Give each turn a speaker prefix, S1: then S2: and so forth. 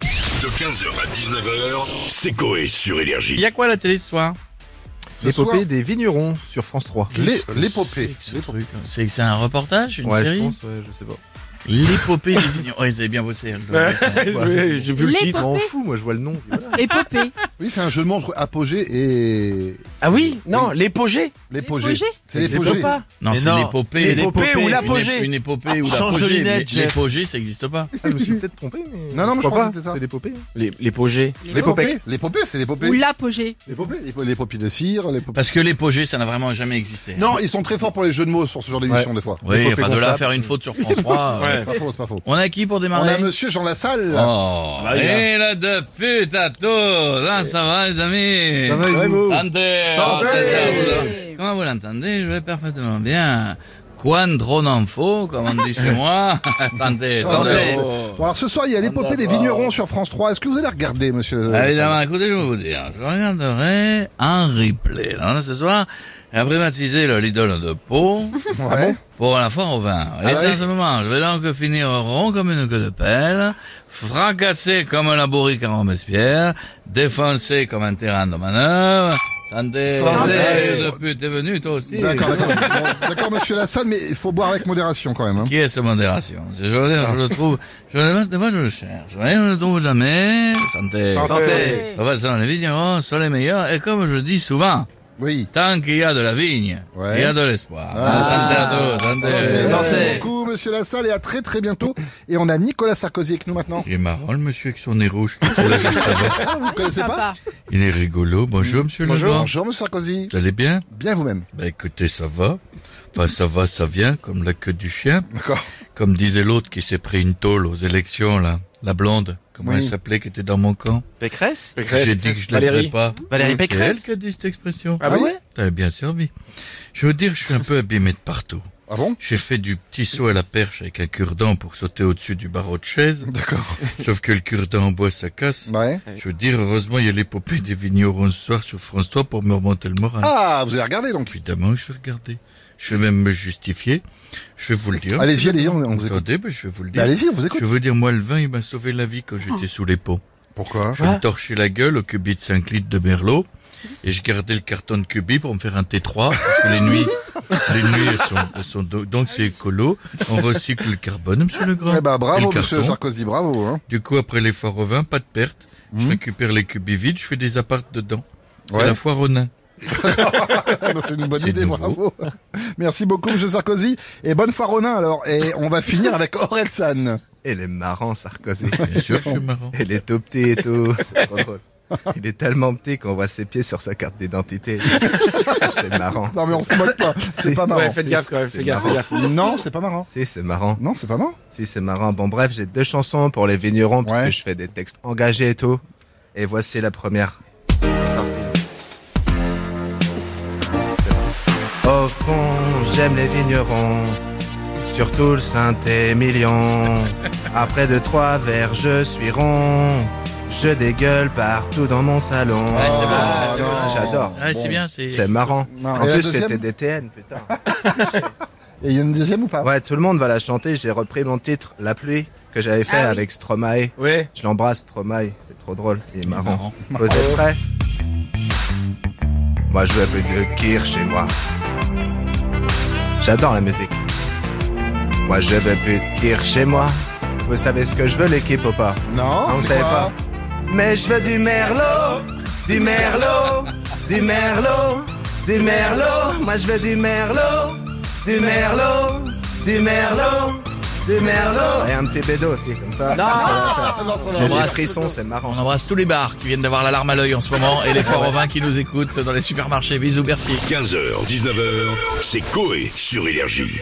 S1: De 15h à 19h, c'est Coé sur
S2: Il
S1: Énergie.
S2: y a quoi à la télé ce soir
S3: L'épopée
S4: soir.
S3: des vignerons sur France 3.
S4: L'é- L'épopée.
S2: C'est que ce truc, hein C'est c'est un reportage Une
S3: ouais, je
S2: série
S3: pense, ouais, je sais pas.
S2: L'épopée des vignerons. Oh, ils avaient bien bossé. hein, je dois dire ça.
S3: Ouais.
S5: vu le
S3: Je
S4: hein.
S5: titre.
S3: m'en fous, moi je vois le nom. Voilà.
S5: Épopée.
S4: Oui, c'est un jeu de mots entre apogée et
S5: Ah oui Non, l'épogée.
S4: l'épogée.
S5: L'épogée
S4: C'est
S5: Je peux
S4: l'épogée.
S5: pas.
S2: Non,
S6: Mais
S2: c'est
S6: non,
S2: l'épopée.
S6: c'est l'épopée
S2: Une ép-
S6: ou l'apogée.
S2: Une épopée ou l'apogée.
S6: Change de
S2: mais
S6: lunettes, Jeff.
S2: L'épogée, ça n'existe pas.
S3: Ah, je me suis peut-être trompé, mais.
S4: Non, non, mais je
S3: crois
S4: crois
S3: pas.
S4: que c'était ça.
S3: C'est l'épopée.
S5: L'épogée.
S3: L'épopée.
S4: L'épopée. L'épopée, c'est
S5: Ou
S4: l'épopée.
S5: l'apogée.
S4: L'épopée. L'épo- L'épopée des cires, l'épopée.
S2: Parce que l'épogée, ça n'a vraiment jamais existé.
S4: Non, ils sont très forts pour les jeux de mots sur ce genre d'émission,
S3: Ouais.
S4: des fois.
S2: Oui,
S3: l'épopée
S2: enfin de là à
S3: gonflable.
S2: faire une faute sur François. euh,
S4: C'est pas faux, c'est pas faux.
S2: On a qui pour
S4: On a
S2: démarrer
S4: monsieur Jean Lassalle.
S2: Oh,
S6: Bah, il
S2: et là de pute à tous hein, Ça va les amis
S3: Ça va, et vous
S2: Santé
S4: Santé.
S2: Oh, c'est ça, vous-
S5: Ouais.
S2: Comment vous l'entendez Je vais parfaitement bien. Quandron info, comme on dit chez moi. santé,
S4: Santé.
S2: santé.
S4: Bon, alors ce soir, il y a l'épopée des vignerons sur France 3. Est-ce que vous allez regarder, monsieur euh,
S2: Ah,
S4: Lassalle
S2: Évidemment, écoutez, je vais vous dire, je regarderai en replay. Alors là, ce soir, on a privatisé le Lidl de Pau
S4: Ouais.
S2: pour la foire au vin. Et
S4: Ah
S2: c'est
S4: oui.
S2: en ce moment, je vais donc finir rond comme une queue de pelle, fracassé comme un laborique à Robespierre, défoncé comme un terrain de manœuvre. Santé,
S6: Santé.
S2: santé, de pute, t'es venu toi aussi.
S4: D'accord, d'accord. Bon, D'accord, monsieur Lassalle, mais il faut boire avec modération quand même. hein. Ah.
S2: Qui est ce modération je, je, le- je le trouve, je le, des fois je le cherche, mais je ne le trouve jamais. Santé.
S3: Eh,
S6: Santé.
S2: De toute façon, les vignerons sont les meilleurs, et comme je dis souvent,
S4: Oui.
S2: tant qu'il y a de la vigne,
S4: Ouais.
S2: il y a de l'espoir.
S4: Ah.
S2: Santé à tous, santé.
S4: Merci
S6: Santé.
S4: beaucoup, monsieur Lassalle, et à très très bientôt. Et on a Nicolas Sarkozy avec nous maintenant.
S2: Il est marrant le monsieur avec son nez rouge. qui court juste avant.
S4: Ah, vous ne connaissez pas
S5: Sympa.
S2: Il est rigolo. Bonjour monsieur
S4: Bonjour.
S2: Legrand.
S4: Bonjour, monsieur Sarkozy.
S2: Vous allez bien
S4: Bien vous-même.
S2: Bah écoutez, ça va. Enfin, ça va, ça vient, comme la queue du chien.
S4: D'accord.
S2: Comme disait l'autre qui s'est pris une tôle aux élections, là. La blonde, comment
S4: Oui.
S2: elle s'appelait, qui était dans mon camp
S6: Pécresse
S2: J'ai dit que je l'aimerais
S6: Valérie.
S2: pas.
S6: Valérie
S2: C'est elle
S6: Pécresse
S2: qui a dit cette expression.
S6: Ah bon ouais
S2: T'avais bien servi. Je veux dire, je suis un peu abîmé de partout.
S4: Ah bon
S2: J'ai fait du petit saut à la perche avec un cure-dent pour sauter au-dessus du barreau de chaise.
S4: D'accord.
S2: Sauf que le cure-dent en bois, ça casse.
S4: Bah Ouais.
S2: Je veux dire, heureusement, il y a l'épopée des vignerons ce soir sur France 3 pour me remonter le moral.
S4: Ah, vous allez regarder donc.
S2: Évidemment, que je vais regarder. Je vais même me justifier. Je vais vous le dire.
S4: Allez-y, allez-y, on, on vous écoute.
S2: Attendez, ben, je vais vous le
S4: Bah,
S2: dire.
S4: allez-y, on vous écoute. Ah.
S2: je vais vous dire, moi, le vin, il m'a sauvé la vie quand j'étais sous les pots.
S4: Pourquoi
S2: Je me torchais la gueule au cubi de 5 litres de Merlot. Et je gardais le carton de cubi pour me faire un T3. Parce que les nuits, les nuits, elles sont, elles sont do- donc c'est écolo. On recycle le carbone, monsieur Legrand.
S4: Eh ben,
S2: Et le
S4: bravo, monsieur
S2: carton.
S4: Sarkozy, bravo. Hein.
S2: Du coup, après les foires au vin, pas de perte. Je récupère les cubis vides, je fais des appartes dedans. C'est
S4: Hmm. Ouais.
S2: la foire au nain.
S4: Ah ben, c'est une bonne
S2: C'est
S4: idée,
S2: nouveau.
S4: bravo. Merci beaucoup, monsieur Sarkozy. Et bonne foire au nain, alors. Et on va finir avec Orelsan.
S3: Elle est marrant, Sarkozy.
S2: Bien sûr, je suis marrant.
S3: Elle est optée et tout. C'est trop drôle. Il est tellement petit qu'on voit ses pieds sur sa carte d'identité. C'est marrant.
S4: Non, mais on se moque pas. C'est
S3: C'est-
S4: pas marrant.
S6: Ouais, faites gaffe quand même,
S3: C'est
S6: faites gaffe, faites gaffe.
S4: Non, c'est pas marrant.
S3: Si, c'est marrant.
S4: Non, c'est pas marrant.
S3: Si, c'est marrant. Bon, bref, j'ai deux chansons pour les vignerons parce
S4: Ouais.
S3: que je fais des textes engagés et tout. Et voici la première. Au fond, j'aime les vignerons, surtout le Saint-Émilion. Après deux, trois verres, je suis rond. Je dégueule partout dans mon salon.
S2: Ouais, c'est bon, ouais, c'est
S3: Ah,
S2: bon.
S3: J'adore.
S2: Ouais, c'est bien, c'est...
S3: C'est marrant.
S4: Non,
S3: en
S4: et la
S3: plus,
S4: deuxième
S3: c'était des TN, putain.
S4: Et il y en a une deuxième ou pas
S3: Ah Ouais, tout le monde va la chanter. J'ai repris mon titre, La pluie, que j'avais fait
S5: Ah oui.
S3: avec Stromae.
S6: Ouais.
S3: Je l'embrasse, Stromae. C'est trop drôle. Il est marrant.
S2: marrant.
S3: Vous êtes prêts Moi, je veux un peu de kir chez moi. J'adore la musique. Moi, je veux plus de kir chez moi. Vous savez ce que je veux, l'équipe ou pas
S4: Non,
S3: Ah, vous
S4: c'est
S3: savez
S4: quoi
S3: pas. Mais je veux du merlot, du merlot, du merlot, du merlot. Moi je veux du merlot, du merlot, du merlot, du merlot. Et un petit bédo aussi, comme ça.
S4: Ah, non, ça va.
S3: J'ai des
S2: J'embrasse.
S3: frissons, c'est marrant.
S2: On embrasse tous les bars qui viennent d'avoir la larme à l'œil en ce moment et les foires au vin qui nous écoutent dans les supermarchés. Bisous, merci.
S1: 15h, 19h, c'est Coé sur Énergie.